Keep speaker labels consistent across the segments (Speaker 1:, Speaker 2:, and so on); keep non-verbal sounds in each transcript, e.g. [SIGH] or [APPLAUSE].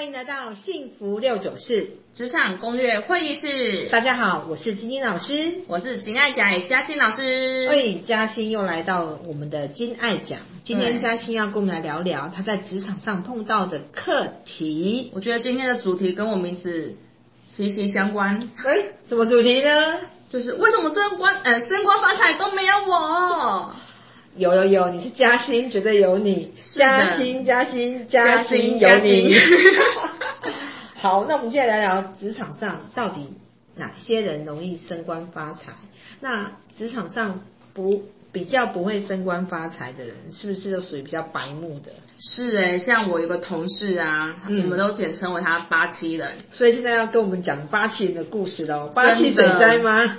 Speaker 1: 迎来到幸福六九四，
Speaker 2: 职场攻略会议室，
Speaker 1: 大家好，我是金金老师。
Speaker 2: 我是金爱甲嘉欣老师。
Speaker 1: 喂，嘉欣又来到我们的金爱讲，今天
Speaker 2: 对
Speaker 1: 嘉欣要跟我们来聊聊她在职场上碰到的课题。
Speaker 2: 我觉得今天的主题跟我名字息息相关，
Speaker 1: 喂，哎什么主题呢？
Speaker 2: 就是为什么这官呃升官发财都没有我？
Speaker 1: 有有有，你是嘉欣，绝对有你。
Speaker 2: 的
Speaker 1: 嘉欣，嘉欣，
Speaker 2: 嘉
Speaker 1: 欣，
Speaker 2: 欣
Speaker 1: 有
Speaker 2: 嘉
Speaker 1: 你
Speaker 2: 欣。
Speaker 1: [LAUGHS] 好，那我们接下来聊职场上到底哪些人容易升官发财？那职场上不比较不会升官发财的人，是不是都属于比较白目的？
Speaker 2: 是哎、像我有个同事啊，
Speaker 1: 嗯
Speaker 2: 我们都简称为他八七
Speaker 1: [LAUGHS]
Speaker 2: 人。
Speaker 1: 所以现在要跟我们讲八七人的故事喽，八七水
Speaker 2: 真的
Speaker 1: 灾吗？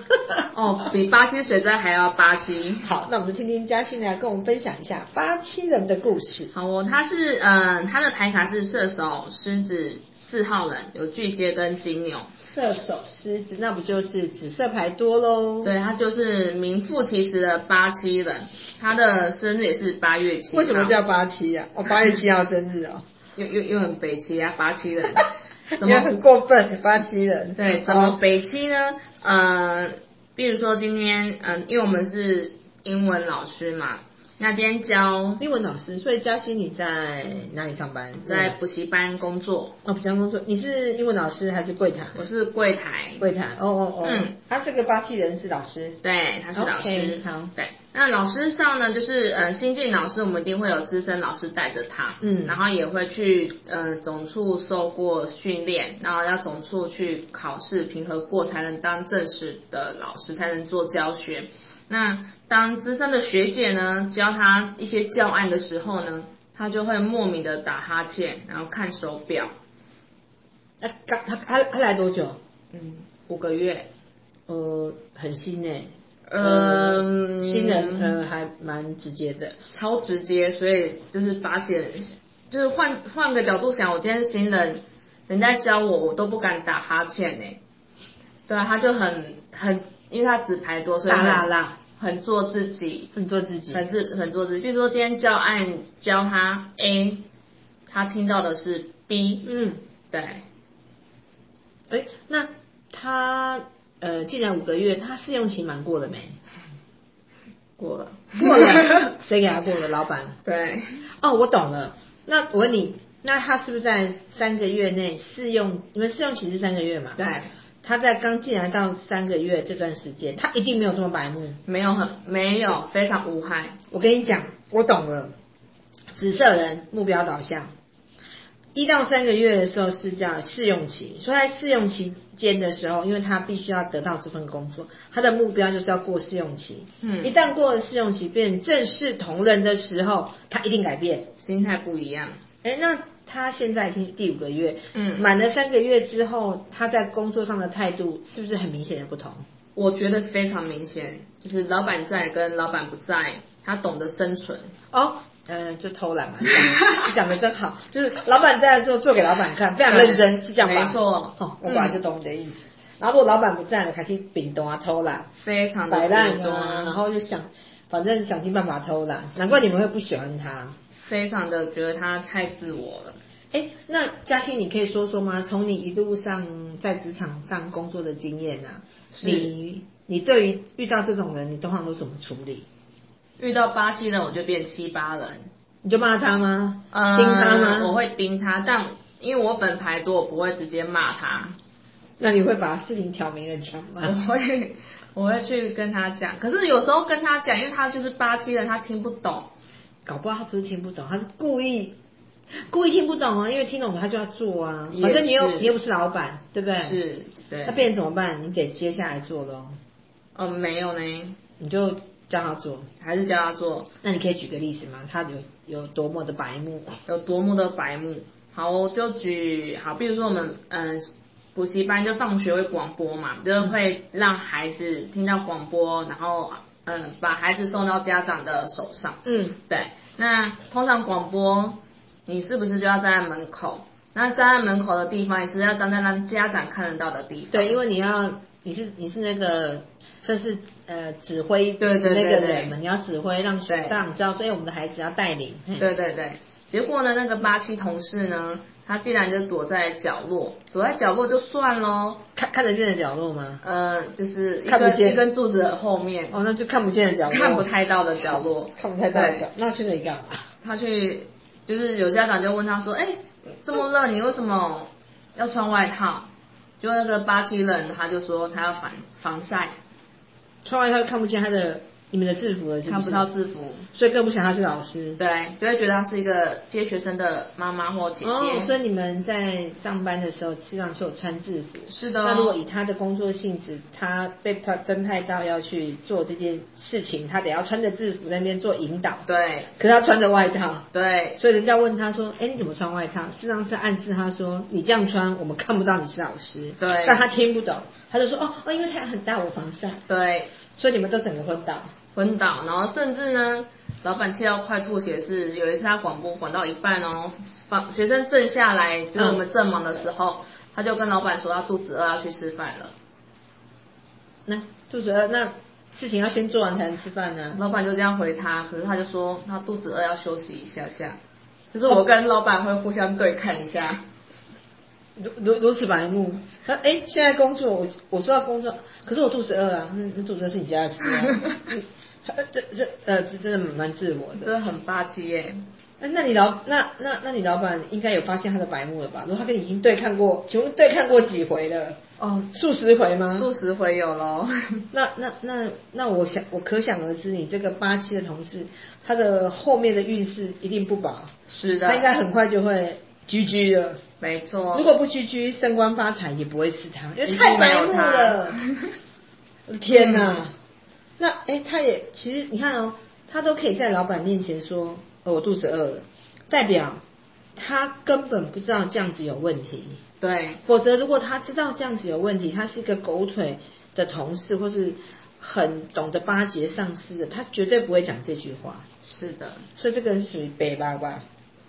Speaker 2: 哦，比八七水灾还要八七。
Speaker 1: [LAUGHS] 好，那我们就听听嘉欣来跟我们分享一下八七人的故事。
Speaker 2: 好哦，他是嗯，他的牌卡是射手、狮子、四号人，有巨蟹跟金牛。
Speaker 1: 射手、狮子，那不就是紫色牌多喽？
Speaker 2: 对，他就是名副其实的八七人，他的生日也是八月七号。
Speaker 1: 为什么叫八七啊？我八月七号生日哦，，
Speaker 2: 又又又很北七啊？八七人
Speaker 1: [LAUGHS]
Speaker 2: 怎
Speaker 1: 你
Speaker 2: 么
Speaker 1: 很过分，八七人。
Speaker 2: 对？怎么
Speaker 1: 哦
Speaker 2: 北七呢？呃，比如说今天，嗯、因为我们是英文老师嘛，那今天教
Speaker 1: 英文老师，所以嘉欣你在哪里上班？
Speaker 2: 在补习班工作，
Speaker 1: 哦，补习班工作。你是英文老师还是柜台？
Speaker 2: 我是柜台，
Speaker 1: 柜台。哦哦哦。
Speaker 2: 嗯。
Speaker 1: 他这个八七人是老师。
Speaker 2: 对，他是老师。
Speaker 1: OK，好
Speaker 2: 对，那老师上呢，就是呃，新进老师，我们一定会有资深老师带着他，
Speaker 1: 嗯
Speaker 2: 然后也会去呃总处受过训练，然后要总处去考试评核过，才能当正式的老师，才能做教学。那当资深的学姐呢，教他一些教案的时候呢，他就会莫名的打哈欠，然后看手表，
Speaker 1: 那刚他他他来多久？
Speaker 2: 嗯，五个月，
Speaker 1: 呃，很新呢。
Speaker 2: 嗯
Speaker 1: 呃新人呃还蛮直接的。
Speaker 2: 超直接，所以就是发现，就是换换个角度想，我今天是新人，人家教我，我都不敢打哈欠呢、对啊，他就很很，因为他纸牌多，所以
Speaker 1: 大
Speaker 2: 他
Speaker 1: 辣辣，
Speaker 2: 很做自己，
Speaker 1: 很做自己。
Speaker 2: 很自很做自己。比如说今天教案教他 A，他听到的是 B，
Speaker 1: 嗯。
Speaker 2: 对，
Speaker 1: 哎，那他呃进来五个月，他试用期满过了没？
Speaker 2: 过了，
Speaker 1: 过了，谁给他过了？老板。
Speaker 2: [LAUGHS] 对，
Speaker 1: 哦，我懂了。那我问你，那他是不是在三个月内试用？你们试用期是三个月嘛？
Speaker 2: 对。
Speaker 1: 他在刚进来到三个月这段时间，他一定没有这么白目。
Speaker 2: 没有很没有非常无害，
Speaker 1: 我跟你讲，我懂了。紫色人目标导向，一到三个月的时候是叫试用期，所以在试用期间的时候，因为他必须要得到这份工作，他的目标就是要过试用期。
Speaker 2: 嗯
Speaker 1: 一旦过了试用期，变正式同仁的时候，他一定改变。
Speaker 2: 心态不一样，
Speaker 1: 哎，那他现在已经第五个月，
Speaker 2: 嗯
Speaker 1: 满了三个月之后，他在工作上的态度是不是很明显的不同？
Speaker 2: 我觉得非常明显，就是老板在跟老板不在，他懂得生存。
Speaker 1: 哦，嗯、就偷懒嘛， [LAUGHS] 你讲的真好，就是老板在的时候做给老板看，非常认真，
Speaker 2: 对
Speaker 1: 是这样吧？
Speaker 2: 没错
Speaker 1: 哦，我本来
Speaker 2: 嗯
Speaker 1: 就懂你的意思。然后如果老板不在了，开始秉东啊偷懒，
Speaker 2: 非常的
Speaker 1: 摆烂
Speaker 2: 主动
Speaker 1: 啊，然后就想，反正想尽办法偷懒，难怪你们会不喜欢他。
Speaker 2: 非常的觉得他太自我了。
Speaker 1: 哎，那嘉欣，你可以说说吗？从你一路上在职场上工作的经验啊，
Speaker 2: 是
Speaker 1: 你你对于遇到这种人，你通常都怎么处理？
Speaker 2: 遇到巴西人我就变七八人，
Speaker 1: 你就骂他吗？
Speaker 2: 呃，
Speaker 1: 盯他吗？
Speaker 2: 我。会盯他，但因为我本牌多，我不会直接骂他，
Speaker 1: 那你会把事情挑明了讲 [LAUGHS]
Speaker 2: 我
Speaker 1: 吗？
Speaker 2: 会我会去跟他讲。可是有时候跟他讲，因为他就是巴西人，他听不懂。
Speaker 1: 搞不好他不是听不懂，他是故意故意听不懂啊，因为听懂他就要做啊。
Speaker 2: 也
Speaker 1: 反正你又
Speaker 2: 是
Speaker 1: 你又不是老板，对不对？。
Speaker 2: 是，对
Speaker 1: 那。变成怎么办？你给接下来做咯，
Speaker 2: 嗯、没有呢，
Speaker 1: 你就叫他做。
Speaker 2: 还是教他做。
Speaker 1: 那你可以举个例子吗？他有有多么的白目？
Speaker 2: 有多么的白目。好，我就举好，比如说我们嗯补习班就放学会广播嘛，就是会让孩子听到广播，然后嗯把孩子送到家长的手上。
Speaker 1: 嗯，
Speaker 2: 对，那通常广播你是不是就要站在门口？那站在门口的地方，也是要站在让家长看得到的地方。
Speaker 1: 对，因为你要你是你是那个算是呃指挥
Speaker 2: 对对对
Speaker 1: 那个
Speaker 2: 对
Speaker 1: 人嘛，你要指挥让
Speaker 2: 对
Speaker 1: 让知道，所以我们的孩子要带领。嘿嗯
Speaker 2: 对对对，结果呢，那个八七同事呢，他竟然就躲在角落，躲在角落就算喽，
Speaker 1: 看看得见的角落吗？
Speaker 2: 呃，就是一
Speaker 1: 看不
Speaker 2: 根
Speaker 1: 见
Speaker 2: 一根柱子的后面，
Speaker 1: 哦，那就看不见的角落，
Speaker 2: 看不太到的角落，
Speaker 1: 看不太到的
Speaker 2: 对
Speaker 1: 角，那去那里干嘛？
Speaker 2: 他去，就是有家长就问他说：“哎、这么热，你为什么要穿外套？”就那个巴西人，他就说他要防防晒，
Speaker 1: 穿外套看不见他的你们的制服了，是不是
Speaker 2: 看不到，制服，
Speaker 1: 所以更不想他是老师。
Speaker 2: 对，就会觉得他是一个接学生的妈妈或姐姐。
Speaker 1: 哦，所以你们在上班的时候，实际上是有穿制服。
Speaker 2: 是的哦
Speaker 1: 那如果以他的工作性质，他被派分派到要去做这件事情，他得要穿着制服在那边做引导。。
Speaker 2: 对
Speaker 1: 可是他穿着外套，
Speaker 2: 对
Speaker 1: 所以人家问他说：“哎，你怎么穿外套？”事实上是暗示他说：“你这样穿，我们看不到你是老师。”
Speaker 2: 对
Speaker 1: 但他听不懂，他就说：“哦哦，因为太阳很大，我防晒。
Speaker 2: 对，”
Speaker 1: 所以你们都整个昏倒。
Speaker 2: 昏倒，然后甚至呢，老板气到快吐血是有一次他广播广到一半哦，放学生正下来，就是我们正忙的时候，他就跟老板说他肚子饿要去吃饭了。
Speaker 1: 那肚子饿，那事情要先做完才能吃饭呢、
Speaker 2: 老板就这样回他，可是他就说他肚子饿要休息一下下，就是我跟老板会互相对看一下，
Speaker 1: 如如如此白目。他哎、诶现在工作，我我说要工作，可是我肚子饿啊，那、那肚子饿是你家的事
Speaker 2: [LAUGHS]
Speaker 1: 啊。你他这这呃，这真的蛮自我
Speaker 2: 真
Speaker 1: 的。
Speaker 2: 的很霸气耶。
Speaker 1: 那那你老那那那你老板应该有发现他的白目了吧？如果他跟你已经对看过，请问对看过几回了？
Speaker 2: 哦，
Speaker 1: 数十回吗？
Speaker 2: 数十回有喽。
Speaker 1: [LAUGHS] 那那那那我想我可想而知，你这个八七的同事，他的后面的运势一定不保，
Speaker 2: 是
Speaker 1: 他应该
Speaker 2: 的，
Speaker 1: 很快就会 GG 了。
Speaker 2: 没错。
Speaker 1: 如果不居居，升官发财也不会是他，因为
Speaker 2: 一定
Speaker 1: 太白目
Speaker 2: 没有他
Speaker 1: 了。嗯我的天哪！那哎、诶他也其实你看哦，他都可以在老板面前说，哦，我肚子饿了，代表他根本不知道这样子有问题。
Speaker 2: 对
Speaker 1: 否则，如果他知道这样子有问题，他是一个狗腿的同事，或是很懂得巴结上司的，他绝对不会讲这句话。
Speaker 2: 是的，
Speaker 1: 所以这个人属于北巴吧？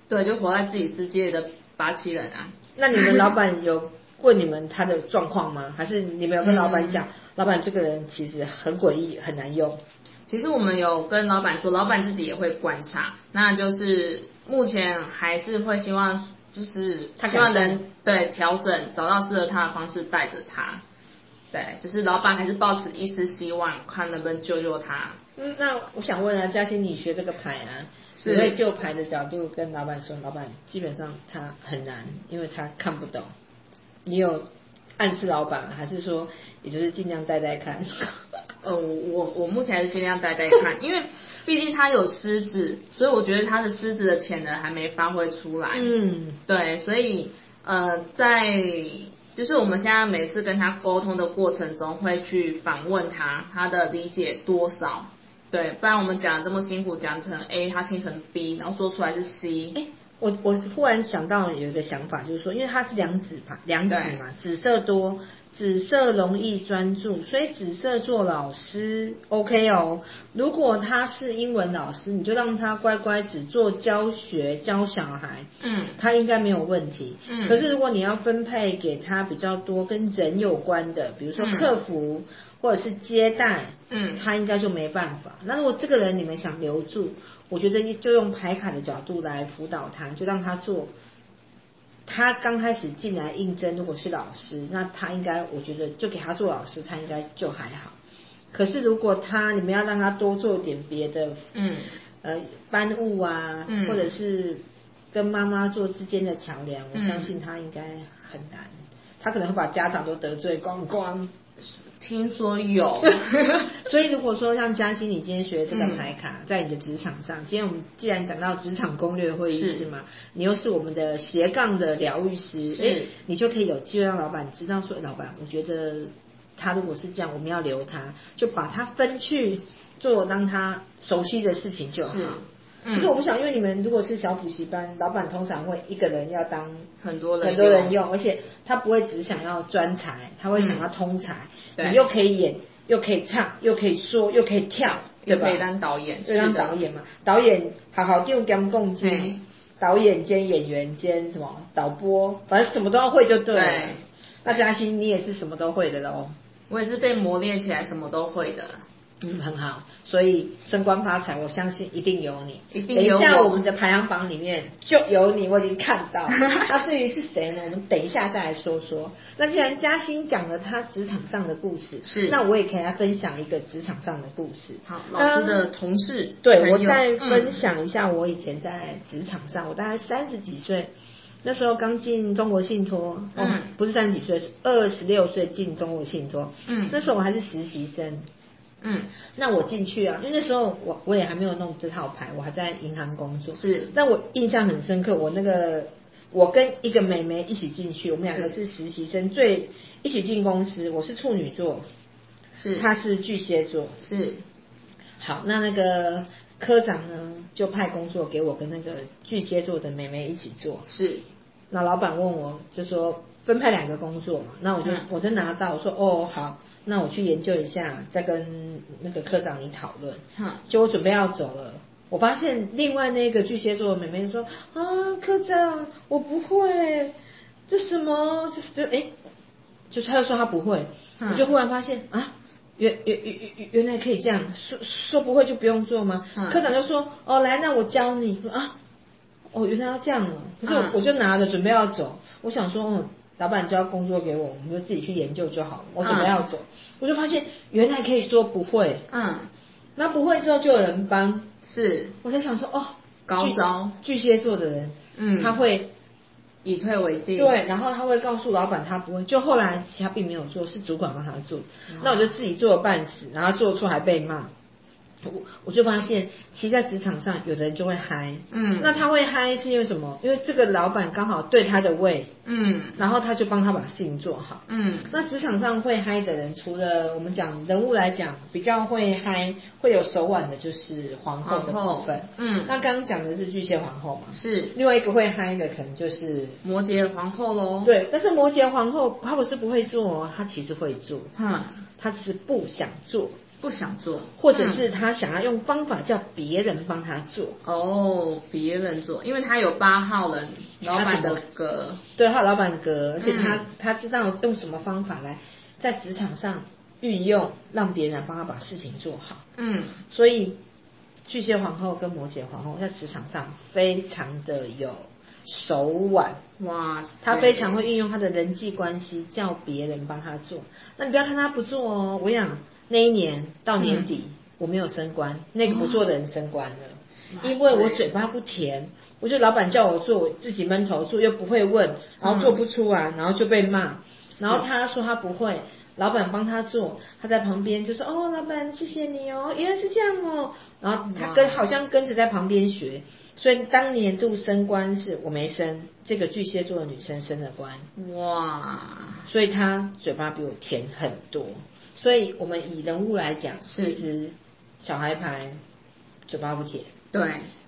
Speaker 2: 对，就活在自己世界的八七人啊。
Speaker 1: 那你们老板有问你们他的状况吗？还是你们有跟老板讲，老板这个人其实很诡异，很难用？
Speaker 2: 其实我们有跟老板说，老板自己也会观察，那就是目前还是会希望，就是
Speaker 1: 他改善
Speaker 2: 希望能对调整，找到适合他的方式带着他。对，就是老板还是抱持一丝希望，看能不能救救他。
Speaker 1: 嗯，那我想问啊，嘉欣，你学这个牌啊，
Speaker 2: 是
Speaker 1: 你会就牌的角度跟老板说，老板基本上他很难，因为他看不懂。你有暗示老板吗，还是说也就是尽量带带看？ [LAUGHS]
Speaker 2: 呃，我我我目前还是尽量待待看，因为毕竟他有狮子，所以我觉得他的狮子的潜能还没发挥出来。
Speaker 1: 嗯，
Speaker 2: 对，所以呃，在就是我们现在每次跟他沟通的过程中，会去访问他他的理解多少，对，不然我们讲得这么辛苦，讲成 A，他听成 B，然后做出来是 C，
Speaker 1: 哎，我我忽然想到有一个想法，就是说，因为它是两子嘛，两子嘛，紫色多，紫色容易专注，所以紫色做老师 OK 哦。如果他是英文老师，你就让他乖乖只做教学教小孩，
Speaker 2: 嗯，
Speaker 1: 他应该没有问题。
Speaker 2: 嗯
Speaker 1: 可是如果你要分配给他比较多跟人有关的，比如说
Speaker 2: 嗯
Speaker 1: 客服、或者是接待，
Speaker 2: 嗯
Speaker 1: 他应该就没办法。那如果这个人你们想留住，我觉得就用牌卡的角度来辅导他，就让他做。他刚开始进来应征，如果是老师，那他应该，我觉得就给他做老师，他应该就还好。可是如果他，你们要让他多做点别的
Speaker 2: 嗯，
Speaker 1: 呃班务啊，
Speaker 2: 嗯
Speaker 1: 或者是跟妈妈做之间的桥梁，我
Speaker 2: 嗯
Speaker 1: 相信他应该很难，他可能会把家长都得罪光光。
Speaker 2: 听说有，
Speaker 1: 所以如果说像嘉欣，你今天学这个牌
Speaker 2: 嗯
Speaker 1: 卡，在你的职场上，今天我们既然讲到职场攻略会议
Speaker 2: 是
Speaker 1: 室嘛，你又是我们的斜杠的疗愈师，
Speaker 2: 是
Speaker 1: 诶你就可以有机会让老板知道说，哎老板，我觉得他如果是这样，我们要留他，就把他分去做让他熟悉的事情就好
Speaker 2: [LAUGHS] 是。嗯
Speaker 1: 可是我不想，因为你们如果是小补习班，老板通常会一个人要当
Speaker 2: 很多人
Speaker 1: 很多人用，而且他不会只想要专才，他会想要通才。
Speaker 2: 嗯对
Speaker 1: 你又可以演，又可以唱，又可以说，又可以跳，对
Speaker 2: 也
Speaker 1: 吧？
Speaker 2: 可以当导演，
Speaker 1: 就当
Speaker 2: 是的
Speaker 1: 导演嘛，导演好好用跟共
Speaker 2: 嘿
Speaker 1: 进，导演兼演员兼什么导播，反正什么都要会就对了。
Speaker 2: 对
Speaker 1: 那嘉欣，你也是什么都会的喽。
Speaker 2: 我也是被磨练起来，什么都会的，
Speaker 1: 嗯，很好，所以升官发财，我相信一定有你。
Speaker 2: 一定有我
Speaker 1: 等一下我们的排行榜里面就有你，我已经看
Speaker 2: [LAUGHS]
Speaker 1: 到。那至于是谁呢？我们等一下再来说说。那既然嘉欣讲了她职场上的故事，
Speaker 2: 是
Speaker 1: 那我也给她分享一个职场上的故事。
Speaker 2: 好，老师的
Speaker 1: 嗯
Speaker 2: 同事朋
Speaker 1: 对，
Speaker 2: 友，
Speaker 1: 我再分
Speaker 2: 嗯
Speaker 1: 享一下我以前在职场上，我大概三十几岁，那时候刚进中国信托，哦、
Speaker 2: 嗯
Speaker 1: 不是三十几岁，是二十六岁进中国信托，
Speaker 2: 嗯
Speaker 1: 那时候我还是实习生。
Speaker 2: 嗯
Speaker 1: 那我进去啊，因为那时候我我也还没有弄这套牌，我还在银行工作。
Speaker 2: 是
Speaker 1: 但我印象很深刻，我那个我跟一个妹妹一起进去，我们两个是实习生，最一起进公司，我是处女座，
Speaker 2: 是
Speaker 1: 她是巨蟹座，
Speaker 2: 是
Speaker 1: 好，那那个科长呢，就派工作给我跟那个巨蟹座的妹妹一起做。
Speaker 2: 是
Speaker 1: 那老板问我，就说分派两个工作嘛，那我就、
Speaker 2: 嗯
Speaker 1: 我就拿到，我说哦好，那我去研究一下，再跟那个科长你讨论。
Speaker 2: 嗯
Speaker 1: 就我准备要走了。我发现另外那个巨蟹座的妹妹说啊，科长，我不会，这什么？就是就哎，就是她就说她不会，
Speaker 2: 嗯
Speaker 1: 我就忽然发现啊，原原原原原来可以这样说说不会就不用做吗？
Speaker 2: 嗯
Speaker 1: 科长就说哦，来，那我教你我说啊。哦，原来要这样哦！可是我,、
Speaker 2: 嗯
Speaker 1: 我就拿着准备要走，我想说，嗯，老板交工作给我，我们就自己去研究就好了。我准备要走，我就发现原来可以说不会，
Speaker 2: 嗯
Speaker 1: 那不会之后就有人帮，
Speaker 2: 是
Speaker 1: 我才想说哦，
Speaker 2: 高
Speaker 1: 巨
Speaker 2: 招
Speaker 1: 巨蟹座的人，
Speaker 2: 嗯
Speaker 1: 他会
Speaker 2: 以退为进，
Speaker 1: 对，然后他会告诉老板他不会，就后来其实他并没有做，是主管帮他做，那我就自己做了半死，然后做错还被骂，我我就发现，其实在职场上有的人就会嗨，
Speaker 2: 嗯
Speaker 1: 那他会嗨是因为什么？因为这个老板刚好对他的胃，
Speaker 2: 嗯
Speaker 1: 然后他就帮他把事情做好，
Speaker 2: 嗯
Speaker 1: 那职场上会嗨的人，除了我们讲人物来讲，比较会嗨、会有手腕的，就是皇后的部分
Speaker 2: 皇后。嗯
Speaker 1: 那刚刚讲的是巨蟹皇后嘛？
Speaker 2: 是
Speaker 1: 另外一个会嗨的，可能就是
Speaker 2: 摩羯皇后喽，，
Speaker 1: 对，但是摩羯皇后她不是不会做，哦，她其实会做，
Speaker 2: 嗯
Speaker 1: 她只是不想做，
Speaker 2: 不想做，
Speaker 1: 或者是
Speaker 2: 嗯
Speaker 1: 她想要用方法叫别人帮她做。
Speaker 2: 哦别人做，因为他有八号人老板的格，
Speaker 1: 对，还有老板格，而且他、
Speaker 2: 嗯
Speaker 1: 他知道用什么方法来在职场上运用，让别人帮他把事情做好。
Speaker 2: 嗯
Speaker 1: 所以巨蟹皇后跟摩羯皇后在职场上非常的有手腕，
Speaker 2: 哇塞，
Speaker 1: 她非常会运用她的人际关系，叫别人帮她做。那你不要看她不做哦，我想那一年到年底、我没有升官，那个不做的人升官了，
Speaker 2: 哇
Speaker 1: 因为我
Speaker 2: 塞
Speaker 1: 嘴巴不甜。我就老板叫我做，我自己闷头做，又不会问，然后做不出
Speaker 2: 嗯
Speaker 1: 来，然后就被骂。然后他说他不会，老板帮他做，他在旁边就说哦，老板谢谢你哦，原来是这样哦。然后他跟
Speaker 2: 哇
Speaker 1: 好像跟着在旁边学，所以当年度升官是我没升，这个巨蟹座的女生升了官，
Speaker 2: 哇，
Speaker 1: 所以她嘴巴比我甜很多。所以我们以人物来讲，
Speaker 2: 是
Speaker 1: 其实小孩牌嘴巴不甜，
Speaker 2: 对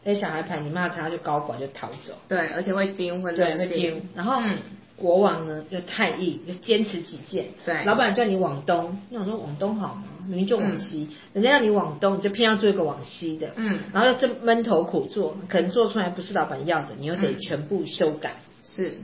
Speaker 1: 那哎小孩牌你骂他就高管就逃走。
Speaker 2: 对，而且会盯会
Speaker 1: 对，
Speaker 2: 任
Speaker 1: 会
Speaker 2: 性，
Speaker 1: 丢。然后、
Speaker 2: 嗯
Speaker 1: 国王呢又太硬，又坚持己见。
Speaker 2: 对
Speaker 1: 老板叫你往东，那我说往东好吗？明明就往西，人家要你往东，你就偏要做一个往西的。
Speaker 2: 嗯
Speaker 1: 然后又这闷头苦做，可能做出来不是老板要的，你又得
Speaker 2: 嗯
Speaker 1: 全部修改。
Speaker 2: 是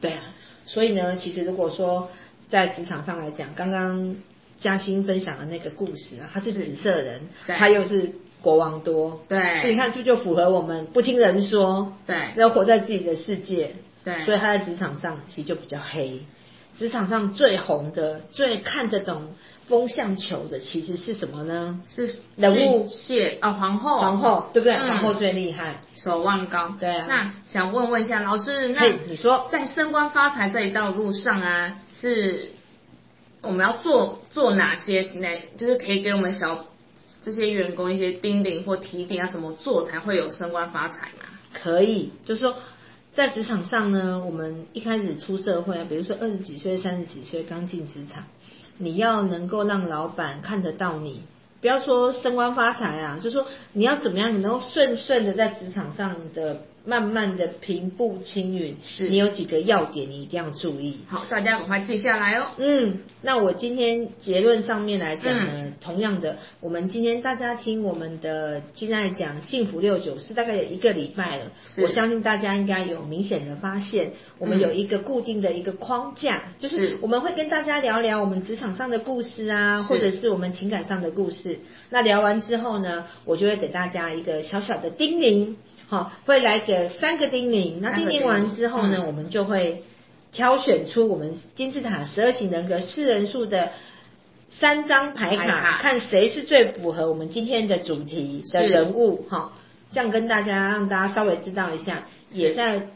Speaker 1: 对啊，所以呢，其实如果说在职场上来讲，刚刚嘉欣分享的那个故事啊，他是紫色人，
Speaker 2: 对
Speaker 1: 他又是国王多，
Speaker 2: 对
Speaker 1: 所以你看这就符合我们不听人说，
Speaker 2: 对
Speaker 1: 要活在自己的世界，
Speaker 2: 对
Speaker 1: 所以他在职场上其实就比较黑。职场上最红的、最看得懂风向球的，其实是什么呢？
Speaker 2: 是
Speaker 1: 人物
Speaker 2: 巨蟹啊皇后
Speaker 1: 皇后，对不对？
Speaker 2: 嗯
Speaker 1: 皇后最厉害。
Speaker 2: 手腕高，
Speaker 1: 对啊
Speaker 2: 那想问问一下老师，那
Speaker 1: 嘿你说
Speaker 2: 在升官发财这一道路上啊，是我们要做做哪些？哪就是可以给我们小这些员工一些叮咛或提点，要怎么做才会有升官发财嘛？
Speaker 1: 可以，就是说在职场上呢，我们一开始出社会，啊比如说二十几岁、三十几岁刚进职场，你要能够让老板看得到你。不要说升官发财啊，就是说你要怎么样，你能够顺顺的在职场上的慢慢的平步青云，
Speaker 2: 是
Speaker 1: 你有几个要点你一定要注意。
Speaker 2: 好，大家赶快记下来哦。
Speaker 1: 嗯，那我今天结论上面来讲呢，
Speaker 2: 嗯
Speaker 1: 同样的，我们今天大家听我们的现在讲幸福六九是大概有一个礼拜了，
Speaker 2: 是
Speaker 1: 我相信大家应该有明显的发现，我们
Speaker 2: 嗯
Speaker 1: 有一个固定的一个框架，就是
Speaker 2: 是
Speaker 1: 我们会跟大家聊聊我们职场上的故事啊，
Speaker 2: 是
Speaker 1: 或者是我们情感上的故事。那聊完之后呢，我就会给大家一个小小的叮咛，好，会来给三个叮咛。那
Speaker 2: 三
Speaker 1: 叮
Speaker 2: 个
Speaker 1: 咛
Speaker 2: 叮咛
Speaker 1: 完之后呢，
Speaker 2: 嗯
Speaker 1: 我们就会挑选出我们金字塔十二型人格四人数的三张牌卡，
Speaker 2: 牌卡
Speaker 1: 看谁是最符合我们今天的主题的
Speaker 2: 是
Speaker 1: 人物哈。这样跟大家让大家稍微知道一下，
Speaker 2: 是
Speaker 1: 也在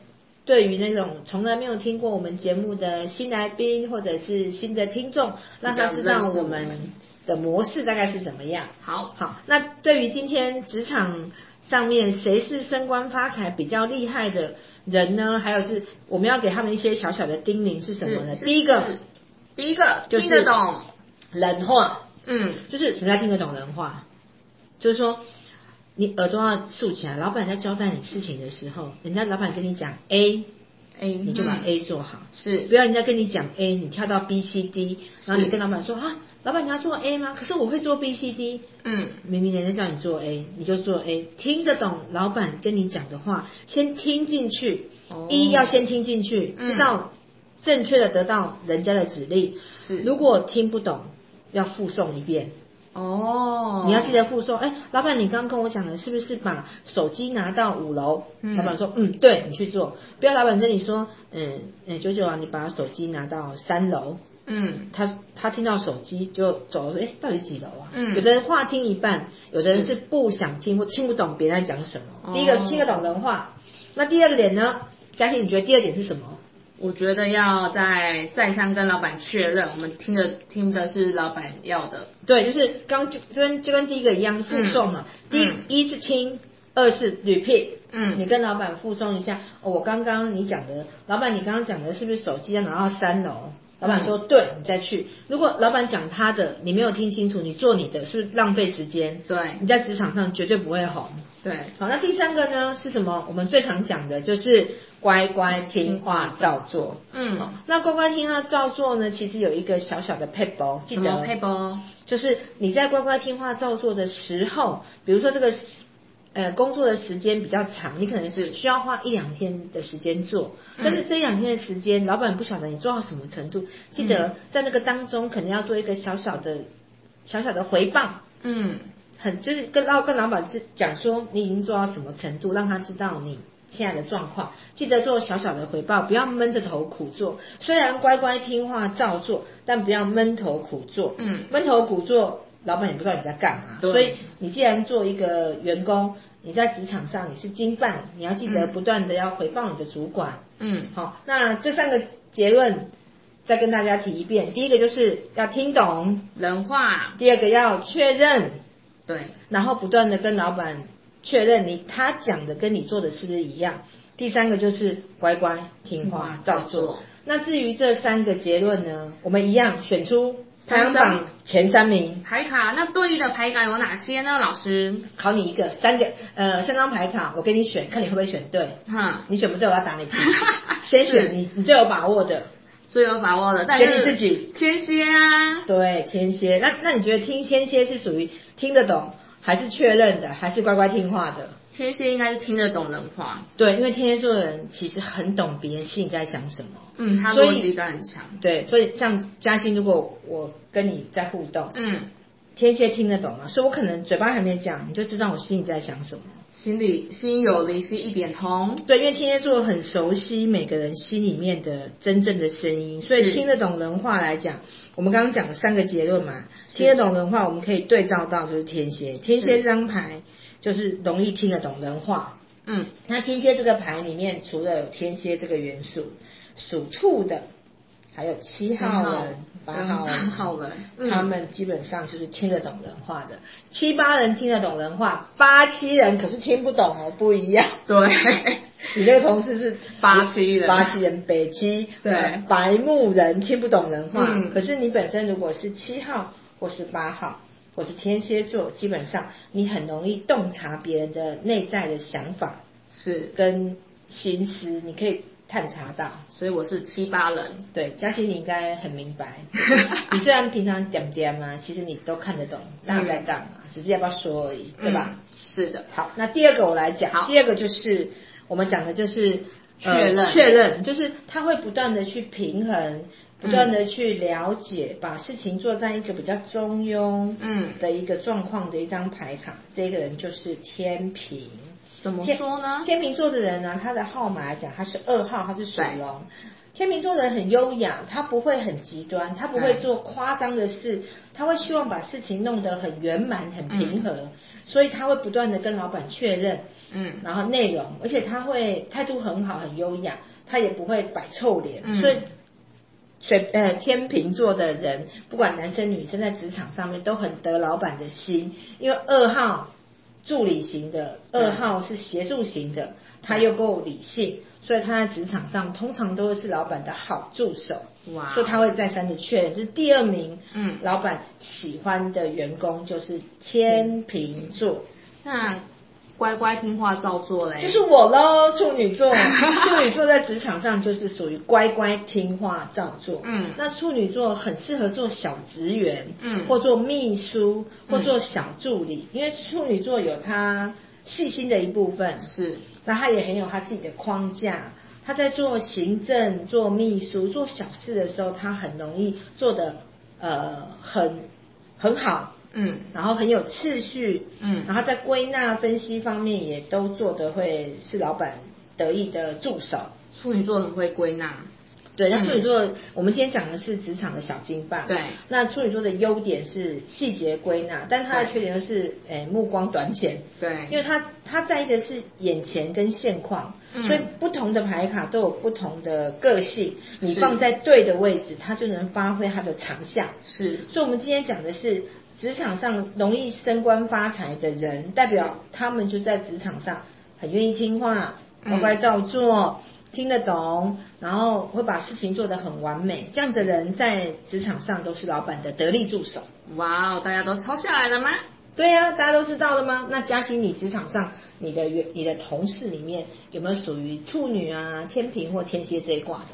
Speaker 1: 对于那种从来没有听过我们节目的新来宾或者是新的听众，让他知道我们的模式大概是怎么样。
Speaker 2: 好，
Speaker 1: 好，那对于今天职场上面谁是升官发财比较厉害的人呢？还有是我们要给他们一些小小的叮咛是什么呢？
Speaker 2: 是
Speaker 1: 第一，个
Speaker 2: 是第一个
Speaker 1: 就是
Speaker 2: 听得懂，
Speaker 1: 人话，
Speaker 2: 嗯，
Speaker 1: 就是什么叫听得懂人话？就是说你耳朵要竖起来，老板在交代你事情的时候，人家老板跟你讲 A，
Speaker 2: 哎，
Speaker 1: 你就把
Speaker 2: 嗯
Speaker 1: A 做好。
Speaker 2: 是
Speaker 1: 不要人家跟你讲 A，你跳到 B、C、D，
Speaker 2: 是
Speaker 1: 然后你跟老板说啊，老板你要做 A 吗？可是我会做 B、C、D，
Speaker 2: 嗯，
Speaker 1: 明明人家叫你做 A，你就做 A，听得懂老板跟你讲的话，先听进去。
Speaker 2: 哦
Speaker 1: 一要先听进去，
Speaker 2: 嗯
Speaker 1: 知道正确的得到人家的指令。
Speaker 2: 是
Speaker 1: 如果听不懂，要复诵一遍。
Speaker 2: 哦，
Speaker 1: 你要记得复诵。哎，老板，你刚刚跟我讲的是不是把手机拿到五楼？
Speaker 2: 嗯
Speaker 1: 老板说，嗯，对你去做。不要老板跟你说，嗯嗯，九九啊，你把手机拿到三楼。
Speaker 2: 嗯，
Speaker 1: 他他听到手机就走了，哎，到底几楼啊？
Speaker 2: 嗯
Speaker 1: 有的人话听一半，有的人
Speaker 2: 是
Speaker 1: 是不想听或听不懂别人在讲什么。
Speaker 2: 哦
Speaker 1: 第一个听得懂人话，那第二个点呢？嘉欣，你觉得第二点是什么？
Speaker 2: 我觉得要再再三跟老板确认，我们听的听的是老板要的，
Speaker 1: 对，就是刚就就跟就跟第一个一样复诵嘛。
Speaker 2: 嗯
Speaker 1: 第一
Speaker 2: 嗯
Speaker 1: 一是听，二是 repeat。
Speaker 2: 嗯
Speaker 1: 你跟老板附送一下，哦、我刚刚你讲的，老板你刚刚讲的是不是手机要拿到三
Speaker 2: 嗯
Speaker 1: 楼？老板说、对，你再去。如果老板讲他的，你没有听清楚，你做你的，是不是浪费时间？
Speaker 2: 对
Speaker 1: 你在职场上绝对不会红。
Speaker 2: 对，
Speaker 1: 好，那第三个呢是什么？我们最常讲的就是乖乖听话照做。好
Speaker 2: 嗯，
Speaker 1: 那乖乖听话照做呢，其实有一个小小的配包，记
Speaker 2: 什
Speaker 1: 得
Speaker 2: 么配包？
Speaker 1: 就是你在乖乖听话照做的时候，比如说这个呃工作的时间比较长，你可能
Speaker 2: 是
Speaker 1: 需要花一两天的时间做，
Speaker 2: 嗯
Speaker 1: 但是这一两天的时间，老板不晓得你做到什么程度，记
Speaker 2: 嗯
Speaker 1: 得在那个当中可能要做一个小小的小小的回报。
Speaker 2: 嗯，
Speaker 1: 很就是跟老跟老板就讲说你已经做到什么程度，让他知道你现在的状况。记得做小小的回报，不要闷着头苦做。虽然乖乖听话照做，但不要闷头苦做。
Speaker 2: 嗯
Speaker 1: 闷头苦做，老板也不知道你在干嘛。
Speaker 2: 对
Speaker 1: 所以你既然做一个员工，你在职场上你是经办，你要记得
Speaker 2: 嗯
Speaker 1: 不断的要回报你的主管。
Speaker 2: 嗯，
Speaker 1: 好，那这三个结论再跟大家提一遍。第一个就是要听懂，
Speaker 2: 人话，
Speaker 1: 第二个要确认。
Speaker 2: 对，
Speaker 1: 然后不断的跟老板确认你他讲的跟你做的是不是一样。第三个就是乖乖听话
Speaker 2: 听话
Speaker 1: 照
Speaker 2: 照
Speaker 1: 做
Speaker 2: 做。
Speaker 1: 那至于这三个结论呢，我们一样选出排行
Speaker 2: 三张
Speaker 1: 榜前三名，
Speaker 2: 牌卡，那对应的牌卡有哪些呢？老师，
Speaker 1: 考你一个三个呃三张牌卡，我给你选，看你会不会选对。
Speaker 2: 哼，
Speaker 1: 你选不对，我要
Speaker 2: [LAUGHS]
Speaker 1: 打你屁。先选你你最有把握的，
Speaker 2: 最有把握的，但
Speaker 1: 选
Speaker 2: 是
Speaker 1: 你自己
Speaker 2: 天蝎啊，
Speaker 1: 对天蝎。那那你觉得听天蝎是属于听得懂，还是确认的，还是乖乖听话的？
Speaker 2: 天蝎应该是听得懂人话，
Speaker 1: 对，因为天蝎座的人其实很懂别人心里在想什么。
Speaker 2: 嗯，他
Speaker 1: 所以
Speaker 2: 逻辑感很强，
Speaker 1: 对，所以像嘉欣，如果我跟你在互动，
Speaker 2: 嗯，
Speaker 1: 天蝎听得懂吗？所以我可能嘴巴还没讲，你就知道我心里在想什么。
Speaker 2: 心里心有灵犀一点通，
Speaker 1: 对，因为天蝎座很熟悉每个人心里面的真正的声音，所以
Speaker 2: 是
Speaker 1: 听得懂人话来讲，我们刚刚讲的三个结论嘛，
Speaker 2: 是
Speaker 1: 听得懂人话，我们可以对照到就是天蝎，天蝎这张牌就是容易听得懂人话，
Speaker 2: 嗯，
Speaker 1: 那天蝎这个牌里面，除了有天蝎这个元素，属兔的，还有七号人、
Speaker 2: 七号
Speaker 1: 八号人、
Speaker 2: 嗯八号人嗯
Speaker 1: 他们基本上就是听得懂人话的。七八人听得懂人话，八七人可是听不懂哦，不一 [LAUGHS] 样。
Speaker 2: [LAUGHS] 对，
Speaker 1: 你那个同事是
Speaker 2: 八七人
Speaker 1: 八七人北七，
Speaker 2: 对
Speaker 1: 呃白目人听不懂人话。
Speaker 2: 嗯
Speaker 1: 可是你本身如果是七号或是八号，或是天蝎座，基本上你很容易洞察别人的内在的想法，
Speaker 2: 是，
Speaker 1: 跟心思，你可以探查到。
Speaker 2: 所以我是七八人，
Speaker 1: 对，嘉欣你应该很明
Speaker 2: [LAUGHS]
Speaker 1: 白，你虽然平常点点嘛，其实你都看得懂大家在干嘛，只是要不要说而已，对吧？
Speaker 2: 嗯？是的，
Speaker 1: 好，那第二个我来讲，
Speaker 2: 好
Speaker 1: 第二个就是我们讲的就是呃
Speaker 2: 确认
Speaker 1: 确认就是他会不断的去平衡，不断的去了解，把事情做在一个比较中庸
Speaker 2: 嗯
Speaker 1: 的一个状况的一张牌卡，这个人就是天平。
Speaker 2: 怎么
Speaker 1: 天
Speaker 2: 说呢？
Speaker 1: 天秤座的人呢，他的号码来讲，他是二号，他是属
Speaker 2: 对
Speaker 1: 龙。天秤座的人很优雅，他不会很极端，他不会
Speaker 2: 对
Speaker 1: 做夸张的事，他会希望把事情弄得很圆满、很平和，所以他会不断的跟老板确认，
Speaker 2: 嗯
Speaker 1: 然后内容，而且他会态度很好，很优雅，他也不会摆臭脸，
Speaker 2: 嗯
Speaker 1: 所以。水呃，天秤座的人，不管男生女生，在职场上面都很得老板的心，因为二号助理型的，二
Speaker 2: 嗯
Speaker 1: 号是协助型的，他又够理性，所以他在职场上通常都会是老板的好助手。
Speaker 2: 哇
Speaker 1: 所以他会再三的确认，就是第二名，
Speaker 2: 嗯
Speaker 1: 老板喜欢的员工就是天秤座。
Speaker 2: 那乖乖听话照做嘞，
Speaker 1: 就是我喽，处女
Speaker 2: [LAUGHS]
Speaker 1: 座，处女座在职场上就是属于乖乖听话照做。
Speaker 2: 嗯
Speaker 1: 那处女座很适合做小职员，
Speaker 2: 嗯
Speaker 1: 或做秘书，或做小助理，因为处女座有他细心的一部分，
Speaker 2: 是，
Speaker 1: 那他也很有他自己的框架。他在做行政、做秘书、做小事的时候，他很容易做的呃很很好，
Speaker 2: 嗯
Speaker 1: 然后很有次序，
Speaker 2: 嗯
Speaker 1: 然后在归纳分析方面也都做得会是老板得意的助手。
Speaker 2: 处女座很会归纳，
Speaker 1: 对，那
Speaker 2: 嗯
Speaker 1: 处女座，我们今天讲的是职场的小金棒。
Speaker 2: 对
Speaker 1: 那处女座的优点是细节归纳，但他的
Speaker 2: 对
Speaker 1: 缺点就是，诶，目光短浅。
Speaker 2: 对
Speaker 1: 因为他他在意的是眼前跟现况，
Speaker 2: 嗯
Speaker 1: 所以不同的牌卡都有不同的个性，你
Speaker 2: 是
Speaker 1: 放在对的位置，它就能发挥它的长项。
Speaker 2: 是
Speaker 1: 所以，我们今天讲的是职场上容易升官发财的人，代表他们就在职场上很愿意听话，
Speaker 2: 嗯
Speaker 1: 乖乖照做，听得懂，然后会把事情做得很完美。这样的人在职场上都是老板的得力助手。
Speaker 2: 哇哦，大家都抄下来了吗？
Speaker 1: 对呀、大家都知道了吗？那嘉欣，你职场上你的员、你的同事里面有没有属于处女啊、天平或天蝎这一卦的？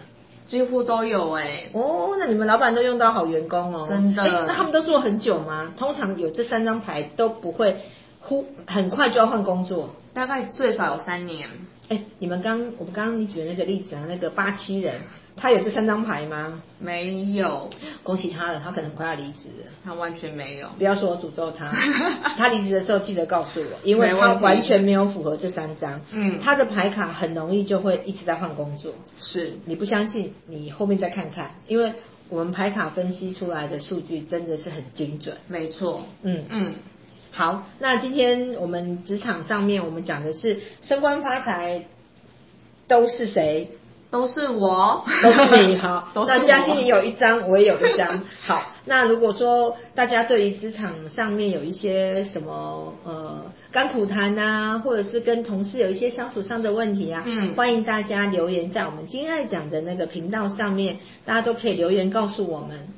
Speaker 2: 几乎都有哎、
Speaker 1: 哦，那你们老板都用到好员工哦，
Speaker 2: 真的
Speaker 1: 诶那他们都做很久吗？通常有这三张牌都不会忽很快就要换工作。
Speaker 2: 大概最少有三年，
Speaker 1: 哎，你们刚我们刚刚你举的那个例子啊，那个八七人，他有这三张牌吗？
Speaker 2: 没有，
Speaker 1: 恭喜他了，他可能快要离职了。
Speaker 2: 他完全没有，
Speaker 1: 不要说我诅咒 [LAUGHS] 他，他离职的时候记得告诉我，因为
Speaker 2: 没
Speaker 1: 他
Speaker 2: 问题
Speaker 1: 完全没有符合这三张。
Speaker 2: [LAUGHS] 嗯
Speaker 1: 他的牌卡很容易就会一直在换工作。
Speaker 2: 是
Speaker 1: 你不相信，你后面再看看，因为我们牌卡分析出来的数据真的是很精准。
Speaker 2: 没错，
Speaker 1: 嗯
Speaker 2: 嗯，
Speaker 1: 好，那今天我们职场上面我们讲的是升官发财都是谁？
Speaker 2: 都是我，
Speaker 1: 都是你好
Speaker 2: [LAUGHS] ，都是
Speaker 1: 那
Speaker 2: 我
Speaker 1: 嘉欣也有一张，我也有一张。好，那如果说大家对于职场上面有一些什么呃甘苦谈啊，或者是跟同事有一些相处上的问题啊，
Speaker 2: 嗯
Speaker 1: 欢迎大家留言在我们金爱讲的那个频道上面，大家都可以留言告诉我们，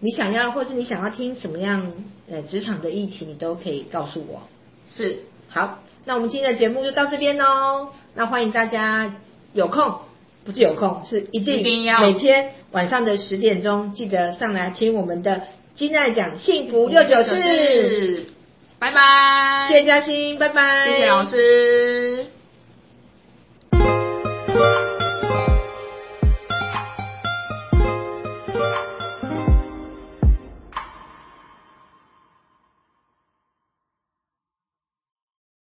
Speaker 1: 你想要或是你想要听什么样呃职场的议题，你都可以告诉我。
Speaker 2: 是，
Speaker 1: 好，那我们今天的节目就到这边喽。那欢迎大家有空，不是有空，是一定
Speaker 2: 一定要
Speaker 1: 每天晚上的十点钟记得上来听我们的金爱讲幸福六九四。
Speaker 2: 拜拜，
Speaker 1: 谢谢嘉欣，拜拜。
Speaker 2: 谢谢老师。